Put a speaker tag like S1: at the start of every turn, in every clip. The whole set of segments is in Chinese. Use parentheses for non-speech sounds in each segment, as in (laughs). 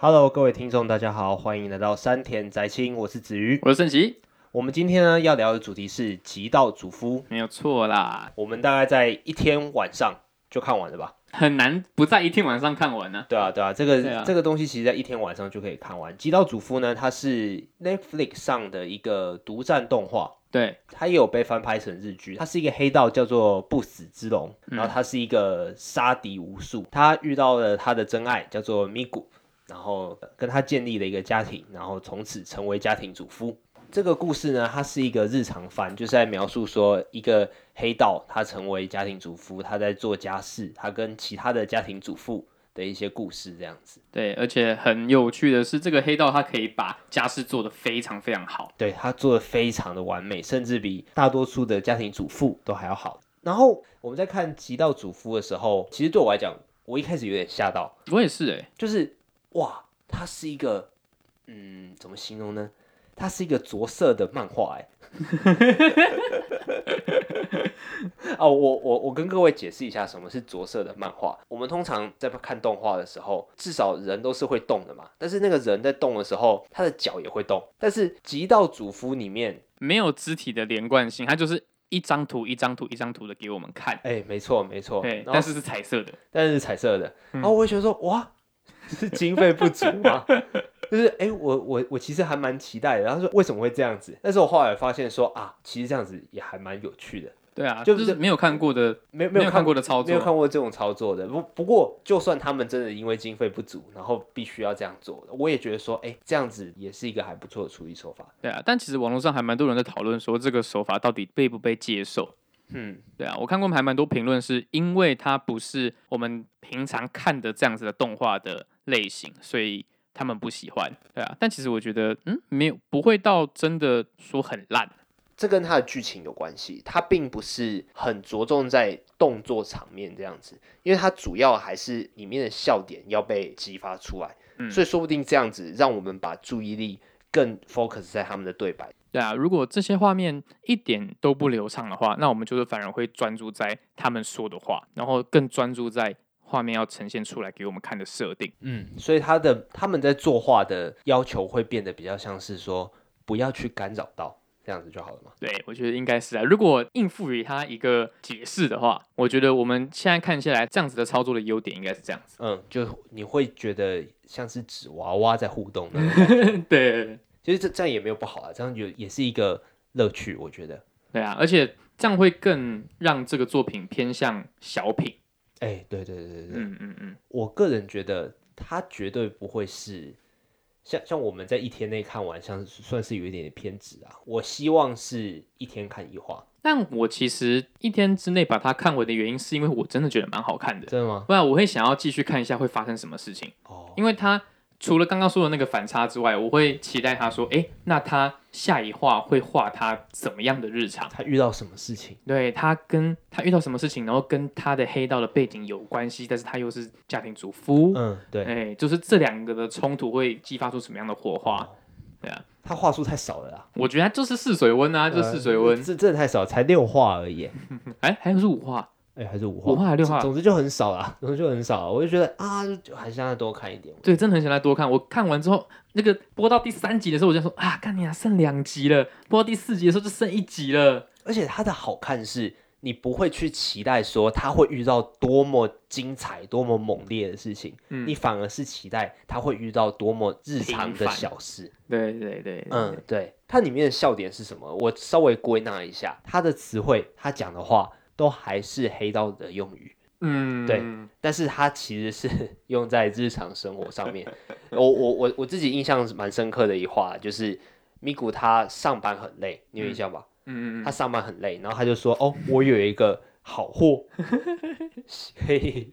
S1: Hello，各位听众，大家好，欢迎来到山田宅青，我是子瑜。
S2: 我是盛奇，
S1: 我们今天呢要聊的主题是极道主夫，
S2: 没有错啦，
S1: 我们大概在一天晚上就看完了吧？
S2: 很难不在一天晚上看完呢、
S1: 对啊，对啊，这个
S2: 对啊
S1: 这个东西其实在一天晚上就可以看完。极道主夫呢，它是 Netflix 上的一个独占动画，
S2: 对，
S1: 它也有被翻拍成日剧，它是一个黑道叫做不死之龙，然后他是一个杀敌无数，他遇到了他的真爱叫做咪咕，然后跟他建立了一个家庭，然后从此成为家庭主夫。这个故事呢，它是一个日常番，就是在描述说一个黑道他成为家庭主夫，他在做家事，他跟其他的家庭主妇的一些故事这样子。
S2: 对，而且很有趣的是，这个黑道他可以把家事做得非常非常好，
S1: 对他做的非常的完美，甚至比大多数的家庭主妇都还要好。然后我们在看《极道主夫》的时候，其实对我来讲，我一开始有点吓到，
S2: 我也是哎、
S1: 就是哇，它是一个嗯，怎么形容呢？它是一个着色的漫画哎、 (laughs) 哦，我我我跟各位解释一下什么是着色的漫画。我们通常在看动画的时候，至少人都是会动的嘛。但是那个人在动的时候，他的脚也会动。但是《极道主夫》里面，
S2: 没有肢体的连贯性，它就是一张图一张图一张图的给我们看，
S1: 哎、没错没错，
S2: 对，
S1: 然后
S2: 但是是彩色的，
S1: 但是彩色的，
S2: 嗯
S1: 然后我会觉得说，哇， (laughs) 是经费不足
S2: (laughs)
S1: 吗？就是哎、我我我其实还蛮期待的。然后说为什么会这样子？但是我后来发现说啊，其实这样子也还蛮有趣的。
S2: 对啊，
S1: 就
S2: 就是是没有看过的，
S1: 没有
S2: 没有
S1: 看
S2: 看过的操
S1: 没有
S2: 作，
S1: 看过这种操作的。不不过，就算他们真的因为经费不足，然后必须要这样做，我也觉得说，哎、这样子也是一个还不错的处理手法。
S2: 对啊，但其实网络上还蛮多人在讨论说这个手法到底被不被接受，
S1: 嗯，
S2: 对啊，我看过还蛮多评论，是因为它不是我们平常看的这样子的动画的类型，所以他们不喜欢。对啊，但其实我觉得，嗯，没有不会到真的说很烂。
S1: 这跟它的剧情有关系，它并不是很着重在动作场面这样子，因为它主要还是里面的笑点要被激发出来，
S2: 嗯
S1: 所以说不定这样子让我们把注意力更 focus 在他们的对白。
S2: 对啊，如果这些画面一点都不流畅的话，那我们就是反而会专注在他们说的话，然后更专注在画面要呈现出来给我们看的设定。
S1: 嗯，所以他的他们在作画的要求会变得比较像是说不要去干扰到这样子就好了嘛。
S2: 对，我觉得应该是啊。如果应付于它一个解释的话，我觉得我们现在看下来，这样子的操作的优点应该是这样子。
S1: (laughs) 嗯，就你会觉得像是纸娃娃在互动那种感 (laughs) 觉，
S2: 对，
S1: 其实这这样也没有不好啊，这样有也是一个乐趣，我觉得。
S2: 对啊，而且这样会更让这个作品偏向小品。
S1: 哎、对对对对对，
S2: 嗯嗯嗯，
S1: 我个人觉得它绝对不会是像像我们在一天内看完，像是算是有一点点偏执啊。我希望是一天看一话，
S2: 但我其实一天之内把它看完的原因，是因为我真的觉得蛮好看的，
S1: 真的吗？
S2: 不然我会想要继续看一下会发生什么事情。
S1: 哦，
S2: 因为它除了刚刚说的那个反差之外，我会期待他说，诶，那他下一话会画他怎么样的日常？
S1: 他遇到什么事情？
S2: 对他跟他遇到什么事情，然后跟他的黑道的背景有关系，但是他又是家庭主夫，
S1: 嗯，对，
S2: 哎，就是这两个的冲突会激发出什么样的火花？对啊，
S1: 他话术太少了啦，
S2: 我觉得它就是试水温啊，就
S1: 呃
S2: 试水温。
S1: 这真的太少，才六话而已。
S2: 哎、还有是五话，
S1: 哎，还是五话，
S2: 五话还是六话？
S1: 总之就很少啦，总之就很少啦我就觉得啊，就就还是让他多看一点。
S2: 对，真的很想再多看。我看完之后，那个播到第三集的时候，我就说啊，干你啊，剩两集了。播到第四集的时候就剩一集了。
S1: 而且它的好看是，你不会去期待说他会遇到多么精彩、多么猛烈的事情，
S2: 嗯
S1: 你反而是期待他会遇到多么日常的
S2: 平凡
S1: 小事。
S2: 对对对，
S1: 嗯
S2: 嗯，，
S1: 对，它里面的笑点是什么？我稍微归纳一下，他的词汇，他讲的话都还是黑道的用语。
S2: 嗯，
S1: 对但是它其实是用在日常生活上
S2: (laughs)
S1: 面。我我我我自己印象蛮深刻的一话就是，咪咕他上班很累，你有印象吧？
S2: 嗯嗯
S1: 他
S2: 嗯，
S1: 上班很累，然后他就说：“哦，我有一个好
S2: (laughs)
S1: 货，可以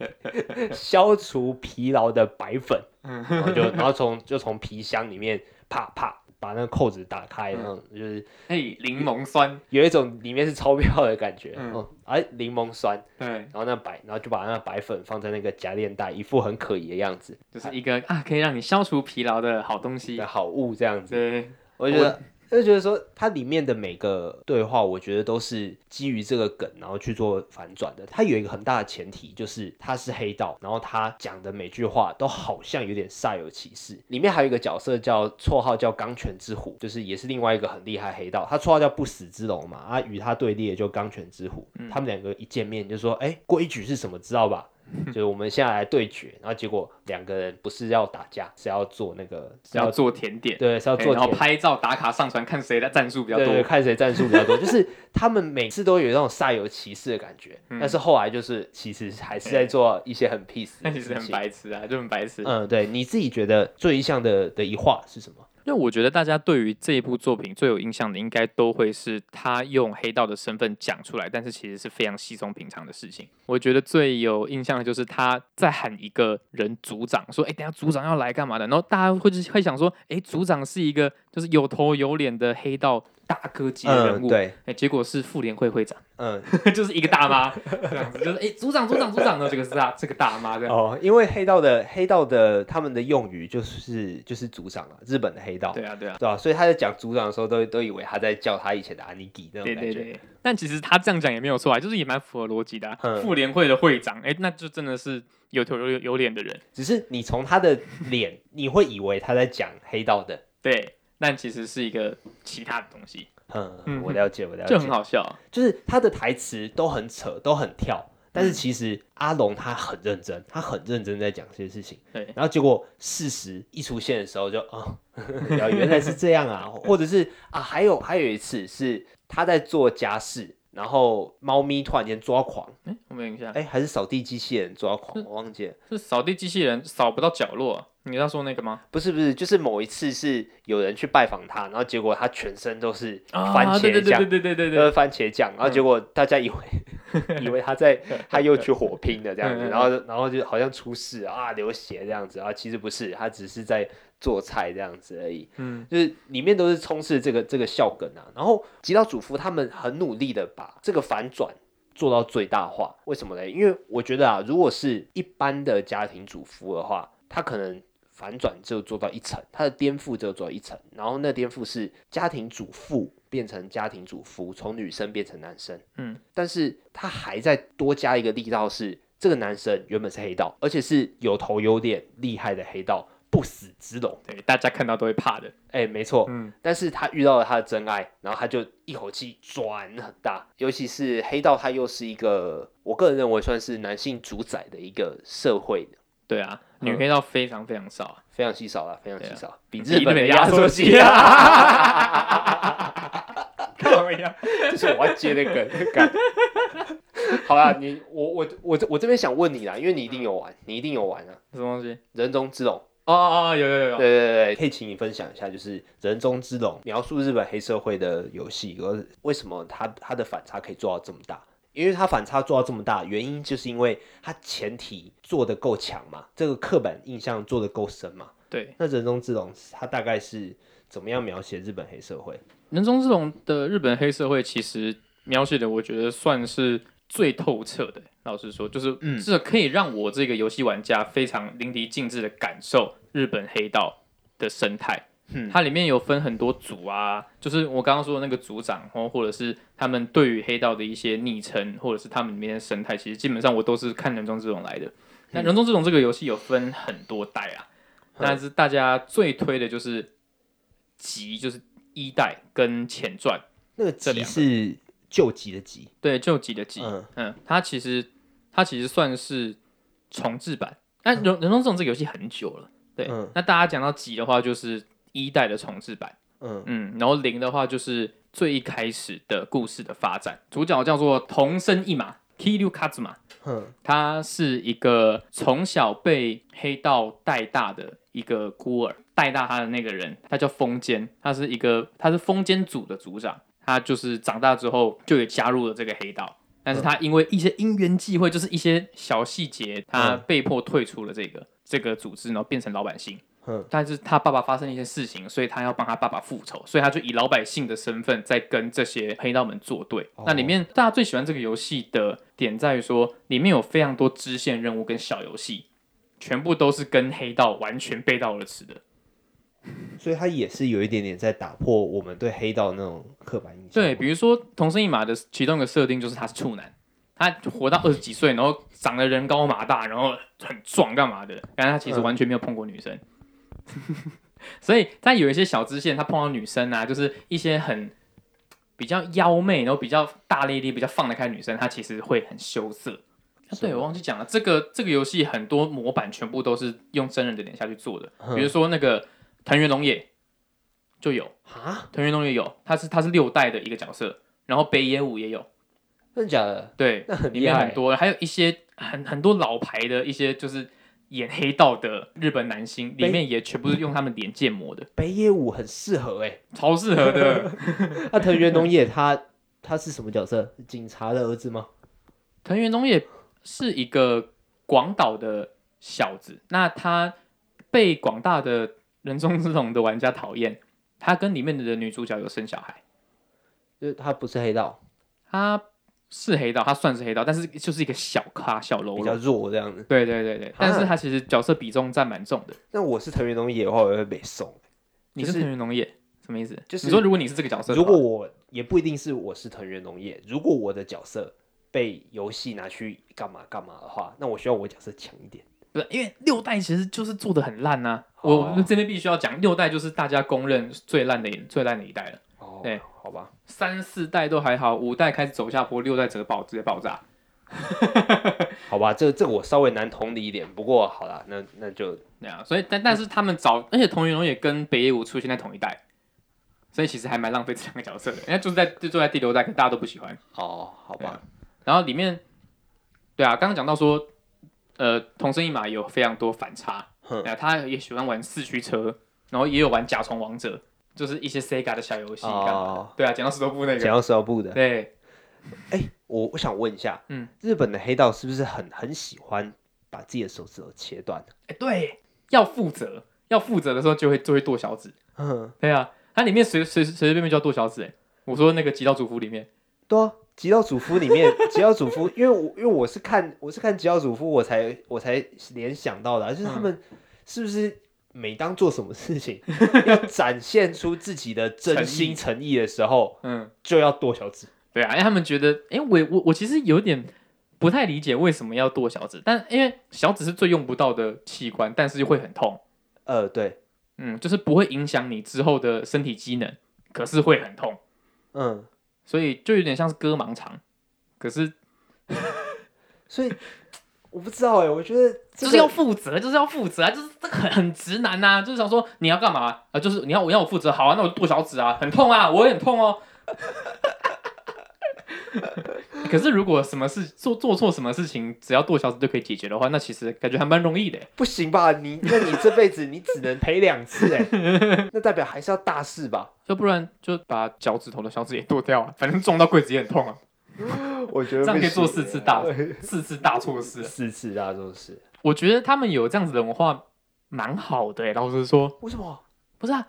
S1: 消除疲劳的白粉。”
S2: 嗯
S1: 然后就然后从就从皮箱里面啪啪把那个扣子打开，然后就是
S2: 哎，柠檬酸，
S1: 有一种里面是钞票的感觉，
S2: 嗯
S1: 嗯，哎，柠檬酸，
S2: 对，
S1: 然后那白，然后就把那个白粉放在那个夹链袋，一副很可疑的样子，
S2: 就是一个啊，可以让你消除疲劳的好东西
S1: 的。好物这样子。
S2: 对，
S1: 我觉得就觉得说它里面的每个对话，我觉得都是基于这个梗，然后去做反转的。它有一个很大的前提，就是他是黑道，然后他讲的每句话都好像有点煞有其事。里面还有一个角色叫绰号叫钢拳之虎，就是也是另外一个很厉害黑道，他绰号叫不死之龙嘛。啊，与他对立的就钢拳之虎，
S2: 嗯
S1: 他们两个一见面就说：“哎、规矩是什么？知道
S2: (laughs)
S1: 吧？”就是我们现在来对决，然后结果两个人不是要打架，是要做那个是
S2: 要
S1: 要
S2: 做甜点，
S1: 对是要
S2: 哎
S1: 做
S2: 然后
S1: 甜
S2: 拍照打卡上传，看谁的战术比较
S1: 对
S2: 多
S1: 对，。看谁战术比较多，就是他们每次都有那种煞有其事的感觉，
S2: 嗯
S1: 但是后来就是其实还是在做一些很 peace
S2: 那
S1: 的
S2: (laughs) 其实
S1: 事
S2: 很
S1: 情。
S2: 白痴啊，就很白痴。
S1: 嗯，对，你自己觉得最印象的的一话是什么？
S2: 因为我觉得大家对于这一部作品最有印象的，应该都会是他用黑道的身份讲出来，但是其实是非常稀松平常的事情。我觉得最有印象的就是他在喊一个人组长，说：“哎、等一下组长要来干嘛的？”然后大家会就是会想说：“哎、组长是一个就是有头有脸的黑道大哥级的
S1: 嗯，
S2: 人物。
S1: 对，
S2: 哎、结果是妇联会会长， (laughs)
S1: 嗯，
S2: 就是一个大妈这样子，就是哎、组长组长组长，然后这个是他这个大妈这样。
S1: 哦，因为黑道的黑道的他们的用语就是就是组长啊，日本的黑道，
S2: 对啊对啊，
S1: 对吧、所以他在讲组长的时候都，都以为他在叫他以前的阿尼基那种
S2: 对
S1: 感觉。
S2: 对对，但其实他这样讲也没有错啊，就是也蛮符合逻辑的、啊。
S1: 嗯
S2: 妇联会的会长，哎、那就真的是有头有有脸的人。
S1: 只是你从他的脸，你会以为他在讲黑道的。
S2: 对，但其实是一个其他的东西，
S1: 嗯
S2: 嗯，
S1: 我了解，我了解，
S2: 就很好笑啊、
S1: 就是他的台词都很扯，都很跳，但是其实阿龙他很认真，他很认真在讲这些事情。
S2: 对
S1: 然后结果事实一出现的时候就，啊，哦，原来是这样啊，或者是啊，还有还有一次是他在做家事，然后猫咪突然间抓狂，
S2: 哎、我没有印象，
S1: 哎，还是扫地机器人抓狂，我忘记了。
S2: 是扫地机器人扫不到角落、啊你要说那个吗？
S1: 不是不是，就是某一次是有人去拜访他，然后结果他全身都是
S2: 啊，
S1: 番
S2: 对对
S1: 茄
S2: 对
S1: 酱
S2: 对，对对对嗯对，
S1: 呃番茄酱，然后结果大家以为、 (laughs) 以为他
S2: (laughs)
S1: 在他又去火拼了这样子，
S2: 嗯嗯嗯
S1: 然后然后就好像出事啊流血这样子啊，其实不是，他只是在做菜这样子而已。
S2: 嗯，
S1: 就是里面都是充斥这个这个笑梗啊，然后吉岛主夫他们很努力的把这个反转做到最大化，为什么呢？因为我觉得啊，如果是一般的家庭主妇的话，她可能反转只有做到一层，她的颠覆只有做到一层，然后那颠覆是家庭主妇变成家庭主夫，从女生变成男生，
S2: 嗯，
S1: 但是她还在多加一个力道是。这个男生原本是黑道，而且是有头有脸、厉害的黑道，不死之龙。
S2: 对，大家看到都会怕的。
S1: 哎、没错，
S2: 嗯，
S1: 但是他遇到了他的真爱，然后他就一口气转很大，尤其是黑道，他又是一个我个人认为算是男性主宰的一个社会，
S2: 对啊，
S1: 嗯
S2: 女黑道非常非常少啊。
S1: 非常稀少了，非常
S2: 对啊
S1: 稀少，比
S2: 比
S1: 日
S2: 日
S1: 本
S2: 本
S1: 的
S2: 的
S1: 压
S2: 压
S1: 缩
S2: 缩
S1: 机
S2: 机啊
S1: 啊！
S2: 靠呀，
S1: 就是我要接那个干。好啦，你我我我这我这边想问你啦，因为你一定有玩，你一定有玩啊，
S2: (laughs) 什么东西？
S1: 人中之龙。
S2: 哦哦哦，有有有有
S1: 对，对对，可以请你分享一下，就是《人中之龙》描述日本黑社会的游戏，而为什么它它的反差可以做到这么大？因为它反差做到这么大，原因就是因为它前提做的够强嘛，这个刻板印象做的够深嘛。
S2: 对。
S1: 那《人中之龙》它大概是怎么样描写日本黑社会？
S2: 人中之龙的日本黑社会其实描写的，我觉得算是最透彻的。老实说，就是
S1: 嗯
S2: 这可以让我这个游戏玩家非常淋漓尽致的感受日本黑道的生态。
S1: 嗯
S2: 它里面有分很多组啊，就是我刚刚说的那个组长，或或者是他们对于黑道的一些昵称，或者是他们里面的生态，其实基本上我都是看人中之龙来的。
S1: 嗯
S2: 那人中之龙这个游戏有分很多代啊，但是大家最推的就是集，就是一代跟前传，
S1: 那个
S2: 这
S1: 集
S2: 两个
S1: 是救急的急，
S2: 对，就集的集，嗯
S1: 嗯，
S2: 它其实它其实算是重置版。但人人中之龙这个游戏很久了，对，
S1: 嗯
S2: 那大家讲到集的话，就是一代的重置版，
S1: 嗯
S2: 嗯，然后零的话就是最一开始的故事的发展，主角叫做童生一马 Kiryu Kazuma，
S1: 哼
S2: 他是一个从小被黑道带大的一个孤儿，带大他的那个人，他叫风间，他是一个他是风间组的组长，他就是长大之后就也加入了这个黑道，但是他因为一些因缘际会，就是一些小细节，他
S1: 嗯
S2: 被迫退出了这个这个组织，然后变成老百姓。
S1: 哼
S2: 但是他爸爸发生一些事情，所以他要帮他爸爸复仇，所以他就以老百姓的身份在跟这些黑道们作对。
S1: 哦
S2: 那里面大家最喜欢这个游戏的点在于说，里面有非常多支线任务跟小游戏，全部都是跟黑道完全背道而驰的。
S1: 所以它也是有一点点在打破我们对黑道那种刻板印象。
S2: 对，比如说同生一马的其中一个设定就是他是处男，他活到二十几岁，然后长得人高马大，然后很壮，干嘛的？但他其实完全没有碰过女生， (laughs) 所以他有一些小支线，他碰到女生啊，就是一些很比较妖媚，然后比较大咧咧、比较放得开的女生，她其实会很羞涩。啊、对，我忘记讲了，这个这个游戏很多模板全部都是用真人的脸下去做的，
S1: 嗯
S2: 比如说那个藤原龙也就有，
S1: 啊，
S2: 藤原龙也有，他是他是六代的一个角色，然后北野武也有，
S1: 真的假的？
S2: 对，
S1: 那很
S2: 里
S1: 厉
S2: 面
S1: 害
S2: 很多，还有一些很很多老牌的一些就是演黑道的日本男星，
S1: 北
S2: 里面也全部是用他们脸建
S1: (laughs)
S2: 模的，
S1: 北野武很适合哎、
S2: 超适合的。
S1: (laughs) 那藤原龙也他他是什么角色？警察的儿子吗？
S2: 藤原龙也是一个广岛的小子，那他被广大的人中之龙的玩家讨厌，他跟里面的女主角有生小孩，
S1: 就是他不是黑道，
S2: 他是黑道，他算是黑道，但是就是一个小咖小喽
S1: 比
S2: 啰
S1: 较。弱这样子。
S2: 对对对对，但是
S1: 啊
S2: 他其实角色比重占蛮重的。
S1: 那我是藤原龙也的话，我会被送。
S2: 你
S1: 就是是
S2: 藤原龙也什么意思？
S1: 就是
S2: 你说如果你是这个角色的
S1: 如
S2: 话，
S1: 果我也不一定是我是藤原龙也，如果我的角色被游戏拿去干嘛干嘛的话，那我希望我角色强一点。
S2: 不是因为六代其实就是做的很烂呐、
S1: 哦
S2: 我这边必须要讲，六代就是大家公认最烂的一最烂的一代了。
S1: 哦
S2: 对，
S1: 好吧，
S2: 三四代都还好，五代开始走下坡，六代整个爆直接爆炸。
S1: 好吧，这这我稍微难同理一点，不过好啦，那那就
S2: 对啊，所以但但是他们找，而且藤原龙也跟北野武出现在同一代，所以其实还蛮浪费这两个角色的。人家就是在就坐在第六代，可大家都不喜欢。
S1: 哦，好吧，
S2: 然后里面，对啊，刚刚讲到说，呃，同生一马有非常多反差，
S1: 哼
S2: 啊，他也喜欢玩四驱车，然后也有玩甲虫王者，就是一些 Sega 的小游戏，干嘛
S1: 哦，
S2: 对啊，讲到石头布那
S1: 想
S2: 个，
S1: 要手部的，
S2: 对，
S1: 我我想问一下，
S2: 嗯，
S1: 日本的黑道是不是很很喜欢把自己的手指头切断？
S2: 哎对，要负责，要负责的时候就会就会剁小指，
S1: (laughs) 嗯，
S2: 对啊，它里面随随随随便便就要剁小指，哎，我说那个《极道主夫》里面，
S1: 对啊，《极道主夫》里面， (laughs) 《极道主夫》，因为我因为我是看我是看《极道主夫》，我才我才联想到的啊、就是他们是不是每当做什么事情、要展现出自己的真心诚意的时候，
S2: 嗯，
S1: 就要剁小指？
S2: 对啊，因为他们觉得，哎，我我我其实有点。不太理解为什么要剁小指，但因为小指是最用不到的器官，但是又会很痛。
S1: 呃，对，
S2: 嗯，就是不会影响你之后的身体机能，可是会很痛，
S1: 嗯，
S2: 所以就有点像是割盲肠，可是
S1: 所以我不知道哎、我觉得这
S2: 就是要
S1: 个
S2: 负责，就是要负责啊，就是这个很很直男呐、就是想说你要干嘛啊，就是你要我要我负责，好啊，那我就剁小指啊，很痛啊，我也很痛哦。 (laughs) 可是如果什么事做做错什么事情，只要剁小指就可以解决的话，那其实感觉还蛮容易的。
S1: 不行吧？你那你这辈子你只能赔两次哎、 (laughs) 那代表还是要大事吧？
S2: 要不然就把脚趾头的小指也剁掉啊，反正撞到柜子也很痛啊，
S1: 我觉得
S2: 这样
S1: 不
S2: 可以做
S1: 行，
S2: 四次大
S1: 欸
S2: 四次大错事
S1: (laughs)
S2: 啊。
S1: 四次大做事，
S2: 我觉得他们有这样子的文化，蛮好的、欸。老实说，
S1: 为什么？
S2: 不是啊，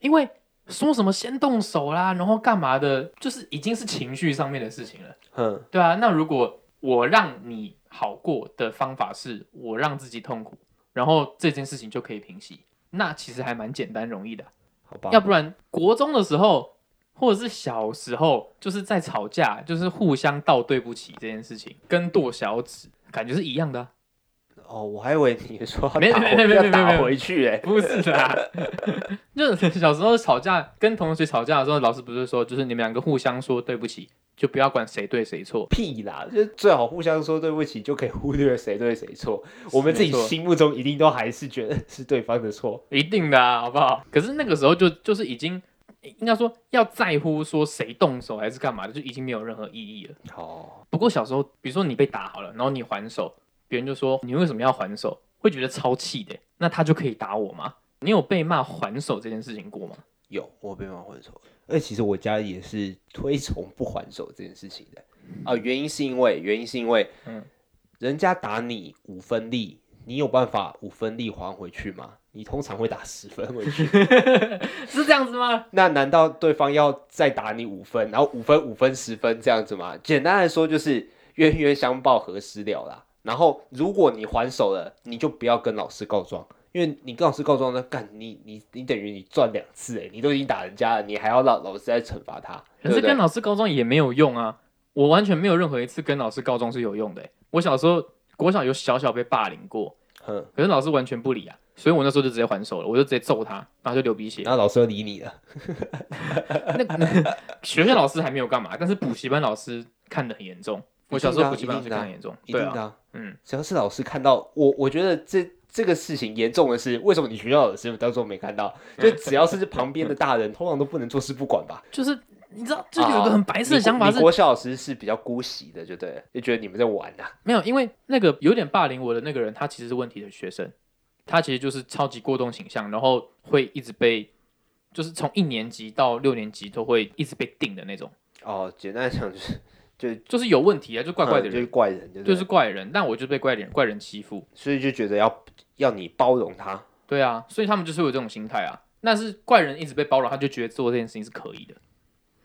S2: 因为说什么先动手啦，然后干嘛的，就是已经是情绪上面的事情了，
S1: 嗯，
S2: 对啊。那如果我让你好过的方法是我让自己痛苦，然后这件事情就可以平息，那其实还蛮简单容易的啊。
S1: 好吧，
S2: 要不然国中的时候，或者是小时候，就是在吵架，就是互相道对不起这件事情，跟剁小指感觉是一样的啊、
S1: 哦，我还以为你说要
S2: 没
S1: 打回
S2: 没没没没
S1: 要
S2: 没没
S1: 打
S2: 没
S1: 回去哎、
S2: (laughs) 不是啦，就是小时候吵架，跟同学吵架的时候，老师不是说，就是你们两个互相说对不起，就不要管谁对谁错。
S1: 屁啦，就是最好互相说对不起，就可以忽略谁对谁错。我们自己
S2: 没错
S1: 心目中一定都还是觉得是对方的错。
S2: 一定的、啊，好不好？可是那个时候就就是已经，应该说要在乎说谁动手还是干嘛的，就已经没有任何意义了。
S1: (laughs) 哦，
S2: 不过小时候，比如说你被打好了，然后你还手，别人就说你为什么要还手，会觉得超气的。那他就可以打我吗？你有被骂还手这件事情过吗？
S1: 有我被骂还手，而其实我家也是推崇不还手这件事情的。啊、原因是因为原因是因为，
S2: 嗯
S1: 人家打你五分力，你有办法五分力还回去吗？你通常会打十分回去，
S2: 是这样子吗？
S1: 那难道对方要再打你五分，然后五分五分十分这样子吗？简单来说就是冤冤相报何时了啦。然后如果你还手了，你就不要跟老师告状，因为你告诉告状呢，干你你你等于你赚两次哎、你都已经打人家了，你还要让老师再惩罚他，
S2: 可
S1: 对不
S2: 是
S1: 对
S2: 跟？老师告状也没有用啊！我完全没有任何一次跟老师告状是有用的欸、我小时候国小有小小被霸凌过，
S1: 嗯，
S2: 可是老师完全不理啊，所以我那时候就直接还手了，我就直接揍他，然后就流鼻血。
S1: 然后老师就理你了，
S2: 那个学校老师还没有干嘛，但是补习班老师看得很严重。我小时候补习班老师看得很严重，
S1: 一
S2: 对
S1: 定
S2: 啊
S1: 的，啊、
S2: 嗯，
S1: 只要是老师看到我，我觉得这这个事情严重的是，为什么你学校老师当初没看到？就只要是旁边的大人，通常都不能坐视不管吧？
S2: 就是你知道，就有一个很白痴的想法
S1: 啊哦你国
S2: 是
S1: 你，国小老师是比较姑息的，就对了，就觉得你们在玩啊呐、
S2: 没有，因为那个有点霸凌我的那个人，他其实是问题的学生，他其实就是超级过动倾向，然后会一直被，就是从一年级到六年级都会一直被定的那种，
S1: 哦，简单来讲就是就
S2: 就是有问题啊，就怪怪的
S1: 嗯就是
S2: 人，
S1: 怪人，就
S2: 就是是怪人，但我就被怪人怪人欺负，
S1: 所以就觉得要要你包容他。
S2: 对啊，所以他们就是有这种心态啊。但是怪人一直被包容，他就觉得做这件事情是可以的，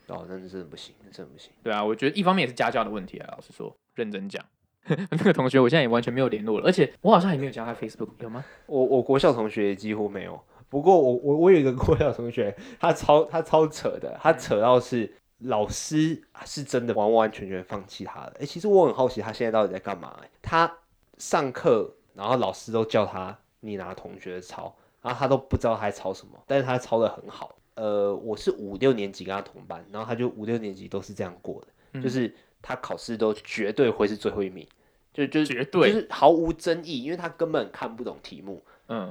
S1: 哦，那真的不行，那真的不行。
S2: 对啊。我觉得一方面也是家教的问题啊，老实说，认真讲。 (laughs) 那个同学，我现在也完全没有联络了，而且我好像也没有加他 Facebook，有吗？
S1: 我我国校同学也几乎没有，不过我我我有一个国小同学，他超他超扯的，他扯到是老师是真的完完全全放弃他了。哎、其实我很好奇他现在到底在干嘛、诶欸他上课，然后老师都叫他你拿同学的抄，然后他都不知道他在抄什么，但是他抄的很好。呃，我是五六年级跟他同班，然后他就五六年级都是这样过的，就是他考试都绝对会是最后一名，就就是
S2: 绝对
S1: 就是毫无争议，因为他根本看不懂题目。
S2: 嗯，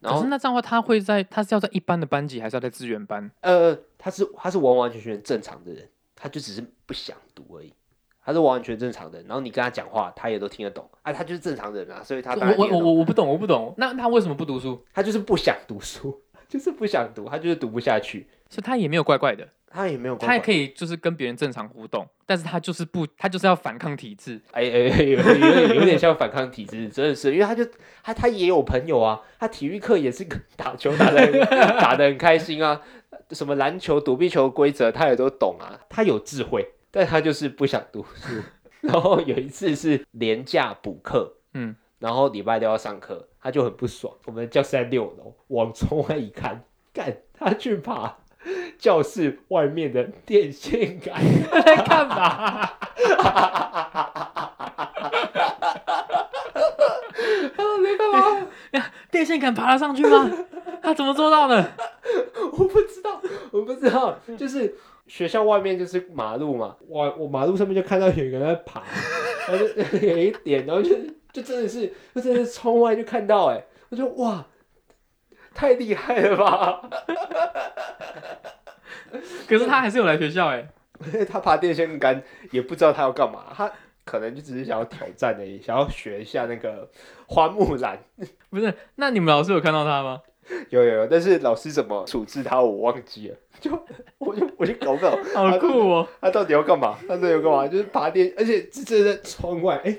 S1: 然
S2: 可
S1: 后
S2: 是那这样的话，他会在他是要在一般的班级，还是要在资源班？
S1: 呃，他是他是完完全全正常的人，他就只是不想读而已。他是完完全正常的人，然后你跟他讲话，他也都听得懂。啊，他就是正常人啊，所以他当
S2: 我
S1: 然
S2: 我
S1: 听得
S2: 我
S1: 懂。
S2: 我我不懂，我不懂。那那他为什么不读书？
S1: 他就是不想读书， (laughs) 就是不想读，他就是读不下去。
S2: 所以他也没有怪怪的，
S1: 他也没有
S2: 他也
S1: 以。
S2: 可以就是跟别人正常互动，但是他就是不，他就是要反抗体制。
S1: 哎哎，哎有有点有点像反抗体制，真的是，因为他就他他也有朋友啊，他体育课也是跟打球打的打的很开心啊，什么篮球、躲避球规则他也都懂啊，他有智慧，但他就是不想读书。然后有一次是廉价补课，
S2: 嗯，
S1: 然后礼拜六要上课，他就很不爽。我们教室在六楼，往窗外一看，干，他去爬教室外面的电线杆，
S2: 在干嘛？
S1: 没干嘛？
S2: 电线杆爬得上去吗？他怎么做到的？
S1: (laughs) 我不知道，我不知 (laughs) 道，就是学校外面就是马路嘛，我我马路上面就看到有一个人在 (laughs) 爬，然后就 (laughs) 有一点，然后就就真的是，就真的是窗外就看到、哎，我就哇，太厉害了吧！
S2: 可是他还是有来学校哎、
S1: (laughs) 他爬电线杆也不知道他要干嘛，他可能就只是想要挑战而已，想要学一下那个花木兰，
S2: 不是？那你们老师有看到他吗？
S1: (laughs) 有有有，但是老师怎么处置他我忘记了，就 (laughs) 我就我就搞不懂。
S2: 好酷哦、
S1: 他到底要干嘛？他到底要干嘛？就是爬电，而且这这在窗外，哎、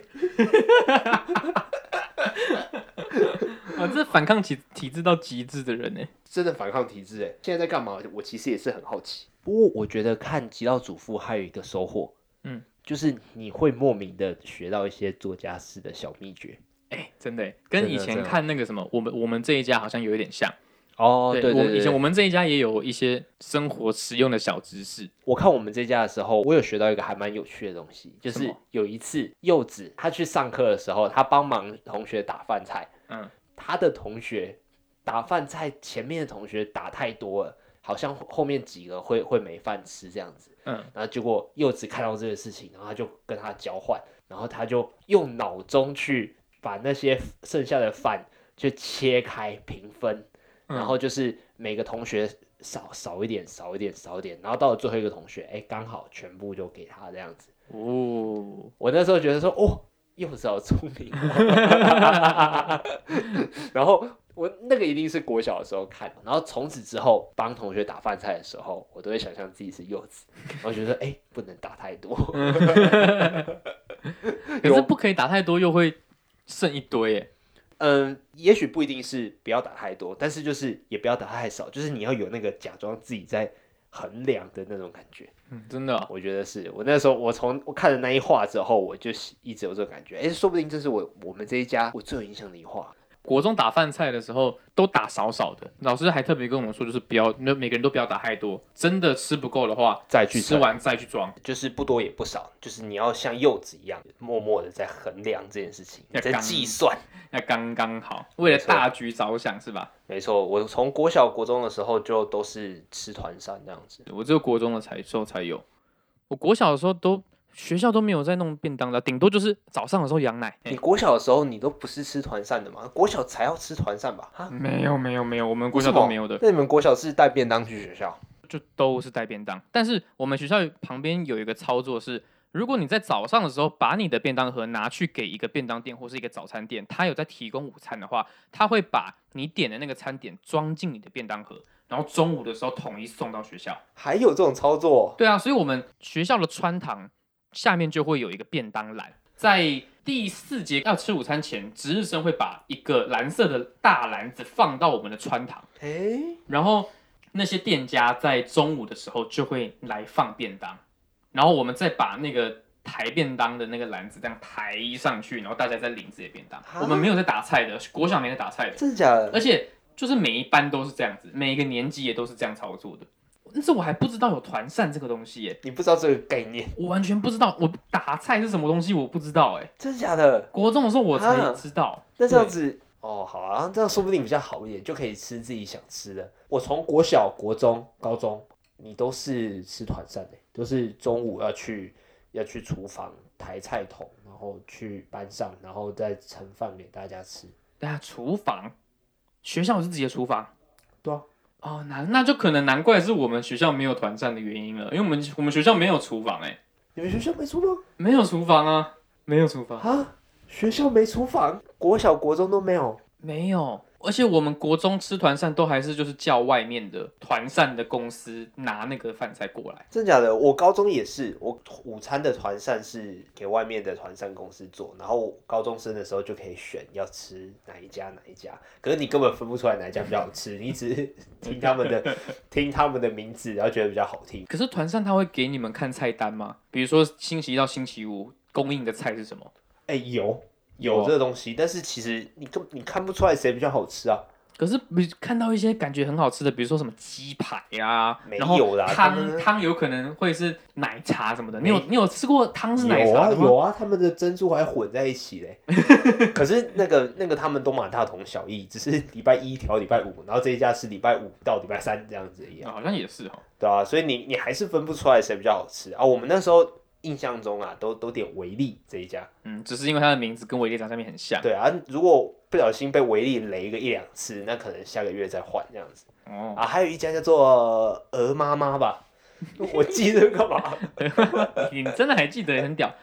S2: 啊，这是反抗体体制到极致的人哎、
S1: 真的反抗体制，哎，现在在干嘛？我其实也是很好奇。不过我觉得看《极道主妇》还有一个收获，
S2: 嗯，
S1: 就是你会莫名的学到一些做家事的小秘诀。
S2: 哎、真的、欸，跟
S1: 真的
S2: 以前
S1: 真的
S2: 看那个什么，我们我们这一家好像有一点像。
S1: 哦对
S2: 我
S1: 对
S2: 们以前我
S1: 我
S2: 们这一家也有一些生活实用的小知识。
S1: 我看我们这家的时候，我有学到一个还蛮有趣的东西，就
S2: 什
S1: 是
S2: 么
S1: 有一次柚子他去上课的时候，他帮忙同学打饭菜，
S2: 嗯，
S1: 他的同学打饭菜，前面的同学打太多了，好像后面几个会会没饭吃这样子。
S2: 嗯，
S1: 然后结果柚子看到这个事情，然后他就跟他交换，然后他就用脑中去把那些剩下的饭去切开平分，
S2: 嗯
S1: 然后就是每个同学少少一点，少一点，少一点，然后到了最后一个同学，哎，刚好全部就给他这样子。
S2: 哦，
S1: 我那时候觉得说，哦，柚子好聪明、 (laughs) 然后我那个一定是国小的时候看，然后从此之后帮同学打饭菜的时候，我都会想象自己是柚子，然后觉得哎、不能打太多。 (laughs)
S2: 可是不可以打太多，又会剩一堆哎。
S1: 嗯，也许不一定是不要打太多，但是就是也不要打太少，就是你要有那个假装自己在衡量的那种感觉。
S2: 嗯，真的哦、
S1: 我觉得是我那时候，我从我看了那一话之后，我就一直有这种感觉，哎、说不定这是我我们这一家我最有印象的一话。
S2: 国中打饭菜的时候都打少少的，老师还特别跟我们说，就是不要，每每个人都不要打太多，真的吃不够的话，
S1: 再去
S2: 吃
S1: 称
S2: 完再去装。
S1: 就是不多也不少，就是你要像柚子一样，默默的在衡量这件事情，
S2: 要
S1: 在
S2: 刚
S1: 计算。
S2: 那刚刚好，为了
S1: 没错
S2: 大局着想，是吧？
S1: 没错，我从国小国中的时候就都是吃团膳这样子。
S2: 我只有国中的才时候才有，我国小的时候都学校都没有在弄便当的，顶多就是早上的时候羊奶。
S1: 你国小的时候你都不是吃团膳的吗？国小才要吃团膳吧？啊，
S2: 没有没有没有，我嗯们国
S1: 为
S2: 小
S1: 什
S2: 都
S1: 么
S2: 没有的，
S1: 那你们国小是带便当去学校？
S2: 就都是带便当。但是我们学校旁边有一个操作是，如果你在早上的时候把你的便当盒拿去给一个便当店或是一个早餐店，他有在提供午餐的话，他会把你点的那个餐点装进你的便当盒，然后中午的时候统一送到学校。
S1: 还有这种操作？
S2: 对啊，所以我们学校的穿堂下面就会有一个便当篮，在第四节要吃午餐前，值日生会把一个蓝色的大篮子放到我们的穿堂，
S1: 哎、
S2: 然后那些店家在中午的时候就会来放便当，然后我们再把那个。抬便当的那个篮子这样抬上去，然后大家再领自己的便当。我们没有在打菜的，国小没在打菜的，
S1: 真的假的？
S2: 而且就是每一班都是这样子，每一个年级也都是这样操作的。但是我还不知道有团扇这个东西耶，
S1: 你不知道这个概念？
S2: 我完全不知道，我打菜是什么东西，我不知道哎、
S1: 真的假的？
S2: 国中的时候我才
S1: 啊
S2: 知道，
S1: 那这样子哦，好啊，这样说不定比较好一点，就可以吃自己想吃的。我从国小、国中、高中，你都是吃团膳的、都是中午要去要去厨房抬菜桶，然后去班上，然后再盛饭给大家吃。
S2: 对啊，厨房，学校有自己的厨房
S1: 对啊，
S2: 哦，那那就可能难怪是我们学校没有团战的原因了，因为我们我们学校没有厨房哎、
S1: 你们学校没厨房
S2: 没有厨房啊，没有厨房，
S1: 啊？学校没厨房，国小、国中都没有。
S2: 没有。而且我们国中吃团扇都还是就是叫外面的团扇的公司拿那个饭菜过来，
S1: 真假的？我高中也是，我午餐的团膳是给外面的团膳公司做，然后高中生的时候就可以选要吃哪一家哪一家，可是你根本分不出来哪一家比较好吃，你只
S2: (laughs)
S1: 是听他们的听他们的名字，然后觉得比较好听。
S2: 可是团扇他会给你们看菜单吗？比如说星期一到星期五供应的菜是什么？
S1: 哎、有
S2: 有啊
S1: 有这个东西，但是其实你根你看不出来谁比较好吃啊，
S2: 可是比看到一些感觉很好吃的，比如说什么鸡排啊，
S1: 没
S2: 然后
S1: 有啦他
S2: 汤
S1: 们
S2: 汤有可能会是奶茶什么的。你有
S1: 没
S2: 你有吃过汤是奶
S1: 有
S2: 茶
S1: 啊
S2: 的吗？
S1: 有啊，他们的珍珠还混在一起
S2: (laughs)
S1: 嘞。可是那个那个他们都蛮大同小异，只是礼拜一调礼拜五，然后这一家是礼拜五到礼拜三这样子一样。
S2: 啊好像也是哦。
S1: 对啊，所以你你还是分不出来谁比较好吃啊。我们那时候印象中啊，都都点维力这一家。
S2: 嗯，只是因为它的名字跟维力炸酱面很像。
S1: 对啊，如果不小心被维力雷个一两次，那可能下个月再换这样子
S2: 哦， (laughs)
S1: 啊。还有一家叫做鹅妈妈吧，我记这个干嘛？ (laughs)
S2: 你真的还记得，很屌。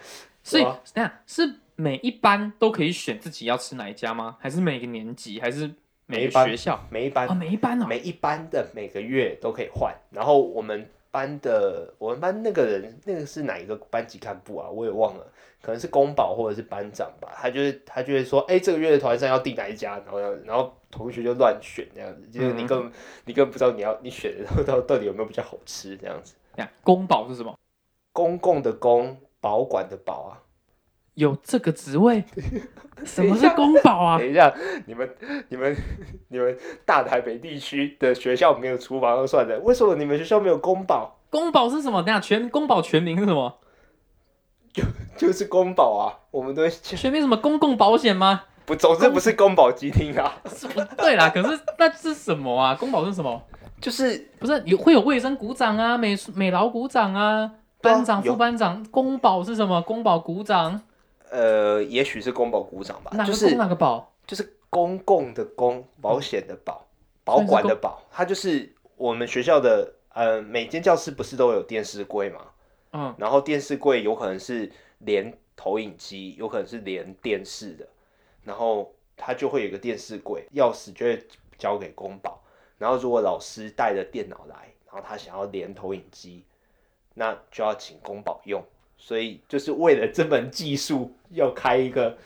S2: 所以
S1: 有啊
S2: 等一下是每一班都可以选自己要吃哪一家吗？还是每个年级？还是每
S1: 每一
S2: 个
S1: 班
S2: 学校？
S1: 每一
S2: 啊，
S1: 班
S2: 每一班哦。
S1: 每一班的每个月都可以换，然后我们。班的我们班那个人，那个是哪一个班级干部啊？我也忘了，可能是公保或者是班长吧。他就是他就会说，哎、这个月的团扇要订哪一家，然后然后同学就乱选这样子，就是
S2: 嗯
S1: 你根本、你根本不知道你要你选的到到到底有没有比较好吃这样子。
S2: 等一下宫保是什么？
S1: 公共的公，保管的保啊。
S2: 有这个
S1: (laughs)
S2: 职位？什么
S1: 等一
S2: 是
S1: 下
S2: 宫保啊？
S1: 等一下，你们你们你们大台北地区的学校没有厨房就算了，为什么你们学校没有公保？
S2: 宫保是什么？等一下全宫保全名是什么？
S1: 就是公保啊，我们都会
S2: (laughs) 全民什么公共保险吗？
S1: (laughs) 不，总之不是宫保鸡丁啊，
S2: 是不
S1: (laughs)
S2: 对啦，可是那是什么啊？公保是什么？
S1: 就是
S2: 不是有会有卫生股长啊，美美劳股长啊，
S1: 对啊
S2: 班长、
S1: 有
S2: 副班长。公保是什么？公保股长，
S1: 呃，也许是宫保股长吧，
S2: 哪
S1: 啊就
S2: 个
S1: 是
S2: 公哪个保？
S1: 就是公共的公，保险的保，保管的保，它就是我们学校的呃，每间教室不是都有电视柜嘛，
S2: 嗯，
S1: 然后电视柜有可能是连投影机，有可能是连电视的，然后它就会有一个电视柜，钥匙就会交给公保。然后如果老师带着电脑来，然后他想要连投影机，那就要请公保用。所以就是为了这门技术，要开一个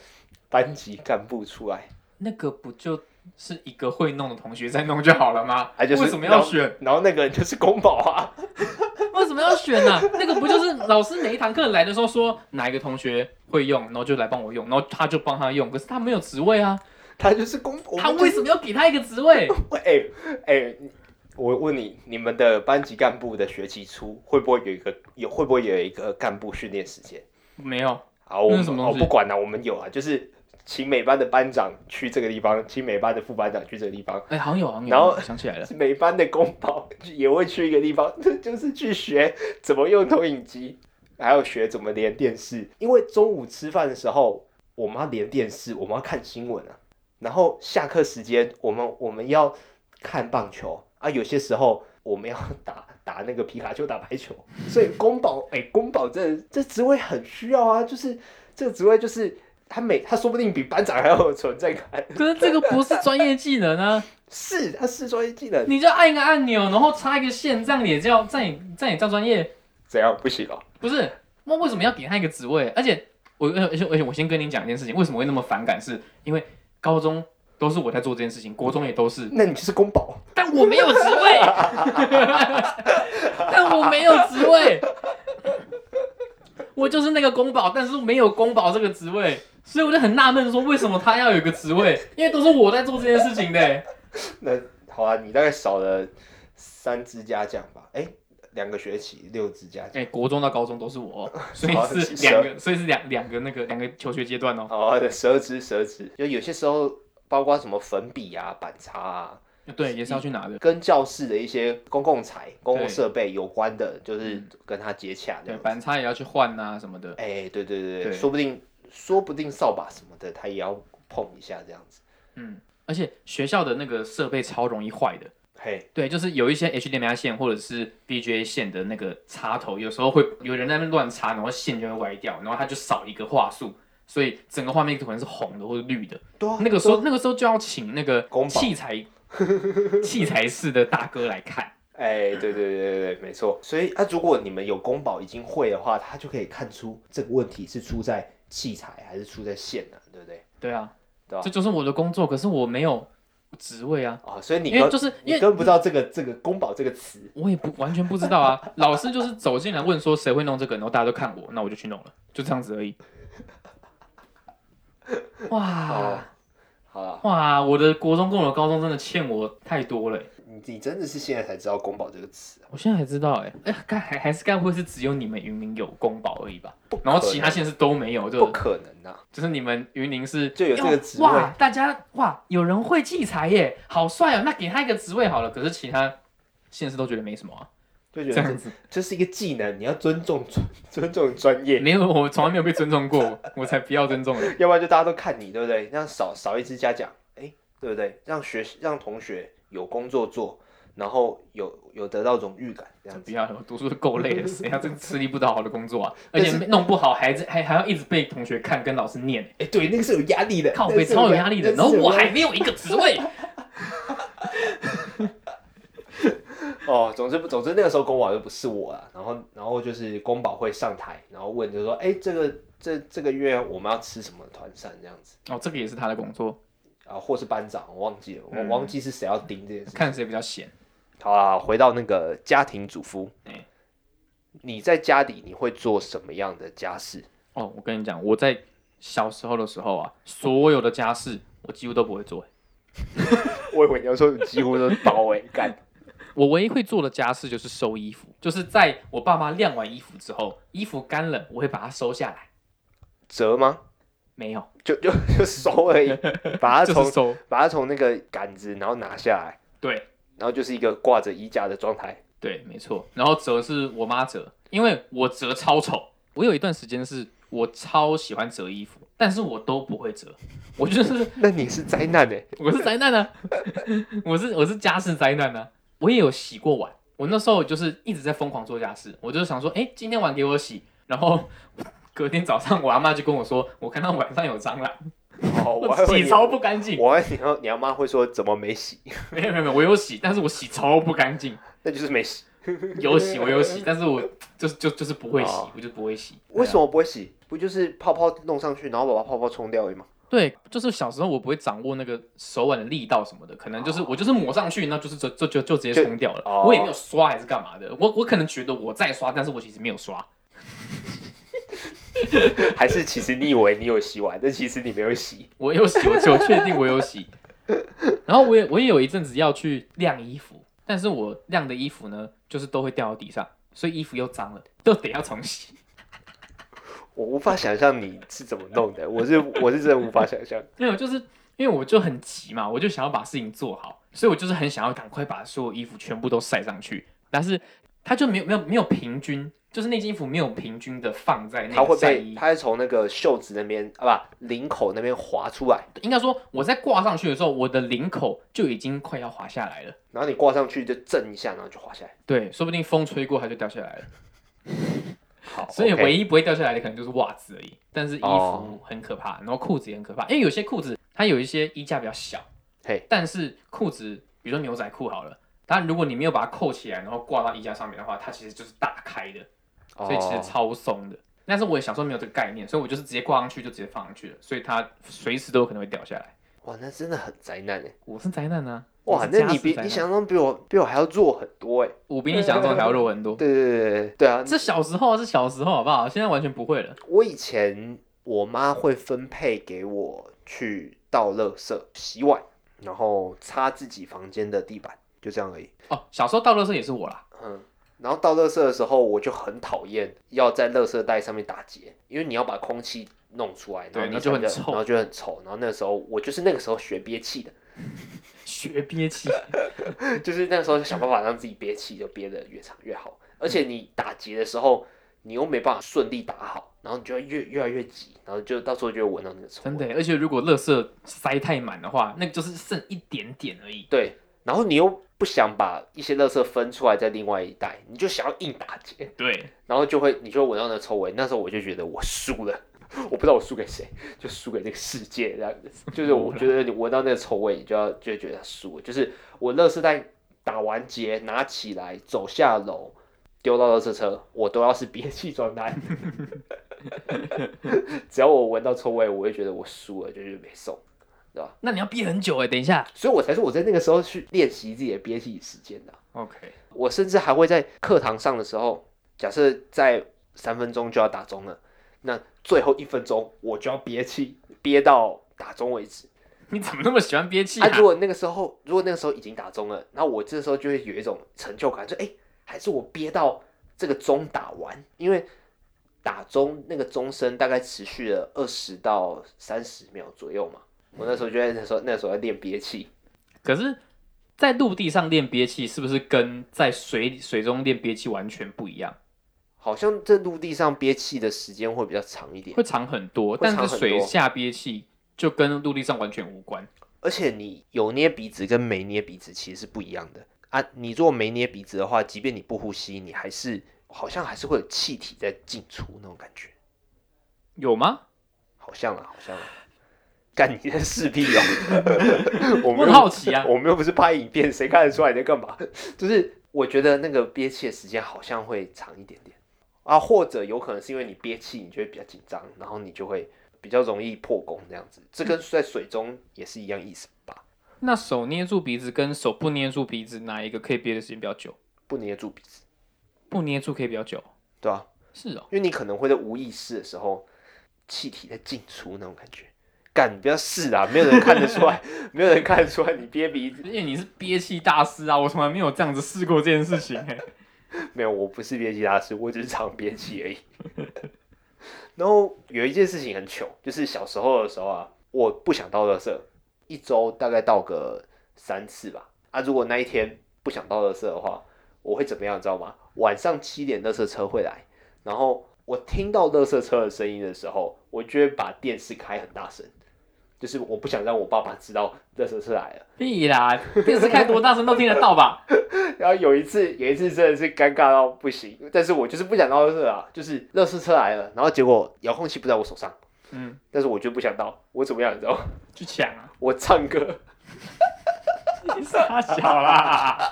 S1: 班级干部出来，
S2: 那个不就是一个会弄的同学在弄就好了吗？
S1: 啊就是
S2: 为什么要选？
S1: 然后那个人就是公保啊。
S2: (laughs) 为什么要选呢、啊？那个不就是老师每一堂课来的时候说哪一个同学会用，然后就来帮我用，然后他就帮他用，可是他没有职位啊。
S1: 他就是公，我们
S2: 他
S1: 就是
S2: 为什么要给他一个
S1: (laughs)
S2: 职位？
S1: 喂哎哎、你我问你，你们的班级干部的学期初会不会有一个有会不会有一个干部训练时间？
S2: 没有，
S1: 好，我
S2: 那是
S1: 们
S2: 什么
S1: 哦
S2: 东西
S1: 不管了、我们有啊，就是请每班的班长去这个地方，请每班的副班长去这个地方，
S2: 哎、好像有，好像有，
S1: 然后
S2: 我想起来了，
S1: 每班的公保 (laughs) 也会去一个地方， (laughs) 这就是去学怎么用投影机，还有学怎么连电视。因为中午吃饭的时候，我们要连电视，我们要看新闻啊。然后下课时间，我们我们要看棒球啊，有些时候我们要打 (laughs) 打那个皮卡丘打排球，所以宫保哎，宫保这这职位很需要啊，就是这个职位就是他每他说不定比班长还要有存在感，
S2: (laughs) 可是这个不是专业技能啊！
S1: 是他是专业技能，
S2: 你就按一个按钮，然后插一个线，这样也叫这样也这样也叫专业？
S1: 怎样不行哦？
S2: 不是？那为什么要给他一个职位？而且我而且而且我先跟你讲一件事情，为什么会那么反感是？因为高中都是我在做这件事情，国中也都是，
S1: 那你就是宫保。
S2: 但我没有职位， (laughs) 但我没有职位，我就是那个宫保，但是没有宫保这个职位，所以我就很纳闷，说为什么他要有一个职位？因为都是我在做这件事情的。
S1: 那好啊，你大概少了三支嘉奖吧？哎、两个学期六支嘉奖。
S2: 哎、国中到高中都是我，哦所以
S1: 好
S2: 是
S1: 是
S2: 两个，所以是两两个那个两个求学阶段
S1: (laughs)
S2: 哦。
S1: 哦，对，十二支，十二支。就有些时候，包括什么粉笔啊、板擦啊，
S2: 对，也是要去拿的。
S1: 跟教室的一些公共财、公共
S2: 对
S1: 设备有关的，就是
S2: 嗯
S1: 跟他接洽这
S2: 对，
S1: 样子。
S2: 板擦也要去换呐、什么的。
S1: 哎、对对对
S2: 对
S1: 说不定说不定扫把什么的，他也要碰一下这样子。
S2: 嗯，而且学校的那个设备超容易坏的。
S1: 嘿，
S2: 对，就是有一些 HDMI 线或者是 VGA 线的那个插头，有时候会有人在那边乱插，然后线就会歪掉，然后它就少一个话术，所以整个画面可能是红的或者绿的。
S1: 对啊，
S2: 那个时候，那个时候就要请那个
S1: 公保
S2: 器材器材室的大哥来看。
S1: 哎，对对对对对，没错。所以啊，如果你们有宫保已经会的话，他就可以看出这个问题是出在器材还是出在线呢、对不对？
S2: 对啊，
S1: 对啊
S2: 这就是我的工作，可是我没有职位啊，
S1: 啊、所以你
S2: 因为
S1: 根
S2: 就是因
S1: 你
S2: 为
S1: 根本不知道这个这个宫保这个词，
S2: 我也不完全不知道啊。 (laughs) 老师就是走进来问说谁会弄这个，然后大家都看我，那我就去弄了，就这样子而
S1: (laughs)
S2: 已。哇！
S1: 哦好了，
S2: 哇，我的国中跟我的高中真的欠我太多了欸，
S1: 你你真的是现在才知道宫保这个词啊，
S2: 我现在才知道哎，哎，该还还是该不会是只有你们云林有公保而已吧？
S1: 不可能
S2: 然后其他县市都没有，
S1: 不
S2: 就
S1: 可能啊！
S2: 就是你们云林是
S1: 就有这个职位
S2: 哇，大家哇，有人会器材耶，好帅哦，那给他一个职位好了。可是其他县市都觉得没什么啊，
S1: 就觉
S2: 这
S1: 得
S2: 样
S1: 这
S2: (laughs) 子
S1: 这是一个技能，你要尊重尊 (laughs) 尊重专业，
S2: 没有，我从来没有被尊重过，
S1: (laughs)
S2: 我才不要尊重人。
S1: 要不然就大家都看你，对不对？那样少少一支嘉奖，哎，对不对？让学让同学有工作做，然后有有得到荣誉感，这样子
S2: 不。要，我读书都
S1: (laughs)
S2: 够累了，谁要这个吃力不讨好的工作啊？而
S1: 但
S2: 且
S1: 是
S2: 弄不好还还还要一直被同学看，跟老师念。
S1: 哎、对，那个是有压力的，
S2: 靠
S1: 那
S2: 北
S1: 个是
S2: 超有压力的，然后我还
S1: 那个
S2: 没有一个职
S1: (laughs)
S2: 位，
S1: 是有压哦，总之总之那个时候公保就不是我了，然后然后就是公保会上台，然后问就说，哎、这个这这个月我们要吃什么团膳这样子
S2: 哦，这个也是他的工作，
S1: 啊，或是班长，我忘记了，我
S2: 嗯
S1: 忘记是谁要盯这件事。
S2: 看谁比较闲。
S1: 好啊，回到那个家庭主妇，
S2: 哎
S1: 你在家里你会做什么样的家事？
S2: 哦，我跟你讲，我在小时候的时候啊，所有的家事我几乎都不会做。
S1: 我以为你要说你几乎都是包哎、 (laughs) 干
S2: 我唯一会做的家事就是收衣服，就是在我爸妈晾完衣服之后，衣服干了，我会把它收下来。
S1: 折吗？
S2: 没有，
S1: 就就就收而已，把它
S2: (laughs) 就
S1: 啊从
S2: 是收。
S1: 把它从那个杆子然后拿下来，
S2: 对
S1: 然后就是一个挂着衣架的状态。
S2: 对，没错。然后折是我妈折，因为我折超丑。我有一段时间是我超喜欢折衣服，但是我都不会折，我就是
S1: 那你是灾难哎、
S2: 我是灾难啊！ (laughs) 我是我是家事灾难啊！我也有洗过碗，我那时候就是一直在疯狂做家事，我就想说，哎、今天碗给我洗，然后隔天早上我阿妈就跟我说，我看到碗上有蟑螂，
S1: 哦， (laughs) 我
S2: 我
S1: 还以为
S2: 洗
S1: 你
S2: 超不干净。
S1: 我还以为你要你阿妈会说怎么没洗， (laughs)
S2: 没有没有没有，我有洗，但是我洗超不干净。
S1: 那就是没洗。
S2: 有洗我有洗，但是我就是就就是不会洗
S1: 哦，
S2: 我就不会洗。
S1: (laughs) 为什么不会洗？不就是泡泡弄上去，然后把泡泡冲掉而已吗？
S2: 对，就是小时候我不会掌握那个手腕的力道什么的，可能就是我就是抹上去，那就是就就就就直接
S1: 就
S2: 冲掉了，
S1: 哦
S2: 我也没有刷还是干嘛的，我我可能觉得我在刷，但是我其实没有刷。
S1: (laughs) 还是其实你以为你有洗碗，但其实你没有洗。
S2: 我有洗，我我确定我有洗。然后我也我也有一阵子要去晾衣服，但是我晾的衣服呢，就是都会掉到地上，所以衣服又脏了，都得要重洗。
S1: 我无法想象你是怎么弄的，我是我是真的无法想 (laughs) 象。
S2: 没有，就是因为我就很急嘛，我就想要把事情做好，所以我就是很想要赶快把所有衣服全部都晒上去，但是它就没有没有没有平均，就是那件衣服没有平均的放在那
S1: 它
S2: 个
S1: 会
S2: 晒
S1: 被
S2: 衣。
S1: 它会从那个袖子那边啊不领口那边滑出来，
S2: 应该说我在挂上去的时候，我的领口就已经快要滑下来了。
S1: 然后你挂上去就震一下，然后就滑下来。
S2: 对，说不定风吹过它就掉下来了。
S1: (laughs) 好，
S2: 所以
S1: OK
S2: 唯一不会掉下来的可能就是袜子而已，但是衣
S1: 哦
S2: 服很可怕，然后裤子也很可怕，因为有些裤子它有一些衣架比较小，
S1: 嘿，
S2: 但是裤子比如说牛仔裤好了，它如果你没有把它扣起来，然后挂到衣架上面的话，它其实就是打开的，所以其实
S1: 哦
S2: 超松的。但是我也小时候没有这个概念，所以我就是直接挂上去就直接放上去了，所以它随时都有可能会掉下来。
S1: 哦哇，那真的很灾难哎！
S2: 我是灾难啊！我
S1: 哇
S2: 是，
S1: 那
S2: 家
S1: 你
S2: 事
S1: 比
S2: 灾
S1: 你
S2: 难
S1: 想象中比我比我还要弱很多哎。
S2: 我比你想象中还要弱很多。
S1: 对对对对对对啊！
S2: 这小时候是小时候好不好？现在完全不会了。
S1: 我以前我妈会分配给我去倒垃圾、洗碗，然后擦自己房间的地板，就这样而已。
S2: 哦，小时候倒垃圾也是我啦。
S1: 嗯，然后倒垃圾的时候，我就很讨厌要在垃圾袋上面打结，因为你要把空气弄出来，
S2: 对
S1: 然后
S2: 那
S1: 你
S2: 就很
S1: 才能
S2: 臭
S1: 然后就很臭。然后那时候我就是那个时候学憋气的，
S2: 学憋气，
S1: 就是那时候想办法让自己憋气，就憋得越长越好。而且你打结的时候，你又没办法顺利打好，然后你就会越越来越急，然后就到时候就会闻到那个臭味。
S2: (laughs) 真的耶。而且如果垃圾塞太满的话，那就是剩一点点而已。
S1: 对，然后你又不想把一些垃圾分出来在另外一袋，你就想要硬打结，
S2: 对，
S1: 然后就会你就会闻到那臭味。那时候我就觉得我输了，我不知道我输给谁，就输给这个世界这样子。就是我觉得你闻到那个臭味，你就要就会觉得输了。就是我垃圾袋打完结拿起来走下楼。丢到垃圾车，我都要是憋气状态。只要我闻到臭味，我会觉得我输了，就是没送。
S2: 那你要憋很久哎。等一下
S1: 所以我才说我在那个时候去练习自己的憋气时间的啊、
S2: ，OK，
S1: 我甚至还会在课堂上的时候，假设在三分钟就要打钟了，那最后一分钟我就要憋气，憋到打钟为止。
S2: 你怎么那么喜欢憋气
S1: 啊，
S2: 啊
S1: 如？果那个时候，如果那个时候已经打钟了，那我这时候就会有一种成就感，就哎、诶还是我憋到这个钟打完，因为打钟那个钟声大概持续了二十到三十秒左右嘛。我那时候就在那时候那时候在练憋气，
S2: 可是，在陆地上练憋气，是不是跟在水水中练憋气完全不一样？
S1: 好像在陆地上憋气的时间会比较长一点。
S2: 会长很多，
S1: 会
S2: 但
S1: 长
S2: 是水
S1: 很多
S2: 下憋气就跟陆地上完全无关。
S1: 而且你有捏鼻子跟没捏鼻子其实是不一样的啊。你如果没捏鼻子的话，即便你不呼吸，你还是好像还是会有气体在进出那种感觉，
S2: 有吗？
S1: 好像啊，好像啊。干你的势必哦！
S2: (laughs)
S1: 我
S2: 我
S1: 们
S2: 很好奇啊。
S1: 我们又不是拍影片，谁看得出来你在干嘛？就是我觉得那个憋气的时间好像会长一点点啊，或者有可能是因为你憋气，你就会比较紧张，然后你就会比较容易破功这样子。这跟在水中也是一样意思吧？
S2: 那手捏住鼻子跟手不捏住鼻子，哪一个可以憋的时间比较久？
S1: 不捏住鼻子，
S2: 不捏住可以比较久。
S1: 对吧、啊
S2: 是哦，
S1: 因为你可能会在无意识的时候，气体在进出那种感觉。干，你不要试啊，没有人看得出来， (laughs) 没有人看得出来你憋鼻子。
S2: 因哎为你是憋气大师啊，我从来没有这样子试过这件事情、欸。
S1: 没有，我不是憋气大师，我只是常憋气而已。 (laughs) 然后有一件事情很糗，就是小时候的时候啊，我不想倒垃圾，一周大概倒个三次吧。啊，如果那一天不想倒垃圾的话，我会怎么样，你知道吗？晚上七点垃圾车会来，然后我听到垃圾车的声音的时候，我就会把电视开很大声，就是我不想让我爸爸知道垃圾车来了。
S2: 屁啦，电视开多大声都听得到吧？
S1: 然后有一次，有一次真的是尴尬到不行，但是我就是不想到垃圾啊，就是乐圾车来了，然后结果遥控器不在我手上，
S2: 嗯，
S1: 但是我就不想到，我怎么样，你知道吗？
S2: 去抢啊！
S1: 我唱歌，
S2: 你傻小啦！